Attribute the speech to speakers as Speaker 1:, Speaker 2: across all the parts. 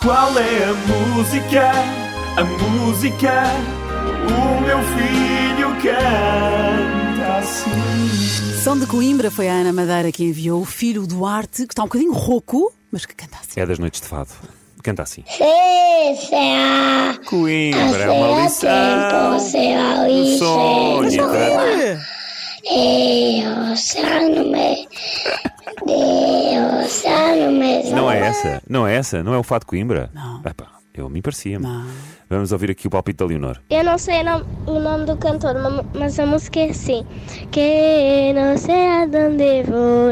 Speaker 1: Qual é a música? A música? O meu filho canta assim.
Speaker 2: São de Coimbra foi a Ana Madeira que enviou o filho Duarte, que está um bocadinho rouco, mas que canta assim.
Speaker 3: É das noites de fado. Canta assim.
Speaker 4: Sim,
Speaker 5: é
Speaker 4: será?
Speaker 3: Coimbra é uma
Speaker 4: Será tempo?
Speaker 3: lição.
Speaker 4: Será
Speaker 3: Um sonho.
Speaker 4: lixo?
Speaker 3: tra-
Speaker 4: Eu será no meio? Deus será no meio?
Speaker 3: Não é essa. Não é essa. Não é o fado de Coimbra.
Speaker 2: Não.
Speaker 3: Epá, eu me parecia.
Speaker 2: Não.
Speaker 3: Vamos ouvir aqui o palpite da Leonor.
Speaker 5: Eu não sei o nome, o nome do cantor, ma- mas a música é assim. Que não sei aonde vou,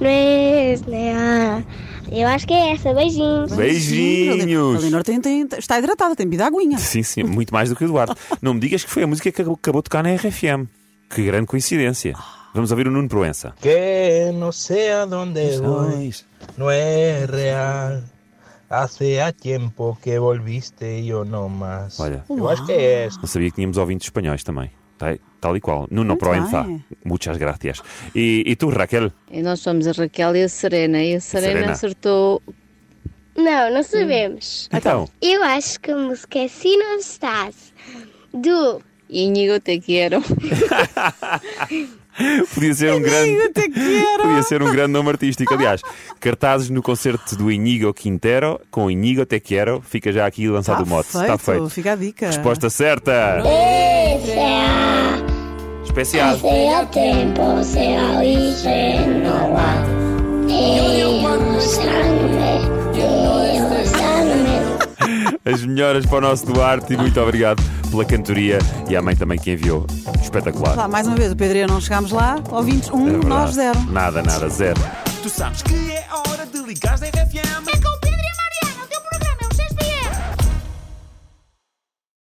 Speaker 5: não é Eu acho que é essa, beijinhos.
Speaker 2: A
Speaker 3: Beijinhos!
Speaker 2: Leonor tem- tem- está hidratada, tem bebida aguinha.
Speaker 3: Sim, sim, muito mais do que o Eduardo. Não me digas que foi a música que acabou- acabou de tocar na RFM. Que grande coincidência. Vamos ouvir o Nuno Proença.
Speaker 6: Que no sé a dónde voy,
Speaker 3: Pois.
Speaker 6: no es real. Hace a tiempo que volviste y yo no más.
Speaker 3: Olha.
Speaker 6: Eu acho que é esta.
Speaker 3: Não sabia que tínhamos ouvintes espanhóis também. Tá- Tal e qual. Nuno
Speaker 2: Muito
Speaker 3: Proença.
Speaker 2: bem.
Speaker 3: Muchas gracias. E, e tu, Raquel?
Speaker 7: E nós somos a Raquel e a Serena. E a Serena,
Speaker 3: Serena.
Speaker 7: acertou.
Speaker 5: Não, não sabemos.
Speaker 3: Então.
Speaker 5: Eu acho que a música é Se Não Estás, do
Speaker 7: Íñigo te quero.
Speaker 3: Podia ser um grande. Podia ser um grande nome artístico. Aliás, cartazes no concerto do Inigo Quintero com Inigo Te Quero. Fica já aqui lançado
Speaker 2: Tá
Speaker 3: o mote. Está feito.
Speaker 2: Fica a dica.
Speaker 3: Resposta certa.
Speaker 4: Será?
Speaker 3: Especial.
Speaker 4: Será tempo? Será lixo? Não há. Deus será no meio? Deus será no meio?
Speaker 3: As melhoras para o nosso Duarte e muito obrigado pela cantoria e à mãe também que enviou. Espetacular.
Speaker 2: Lá, mais uma vez, o Pedreiro não chegámos lá. Ouvintes, um,
Speaker 3: É verdade.
Speaker 2: nós zero.
Speaker 3: Nada, nada, zero.
Speaker 1: Tu sabes que é hora de ligares da RFM. É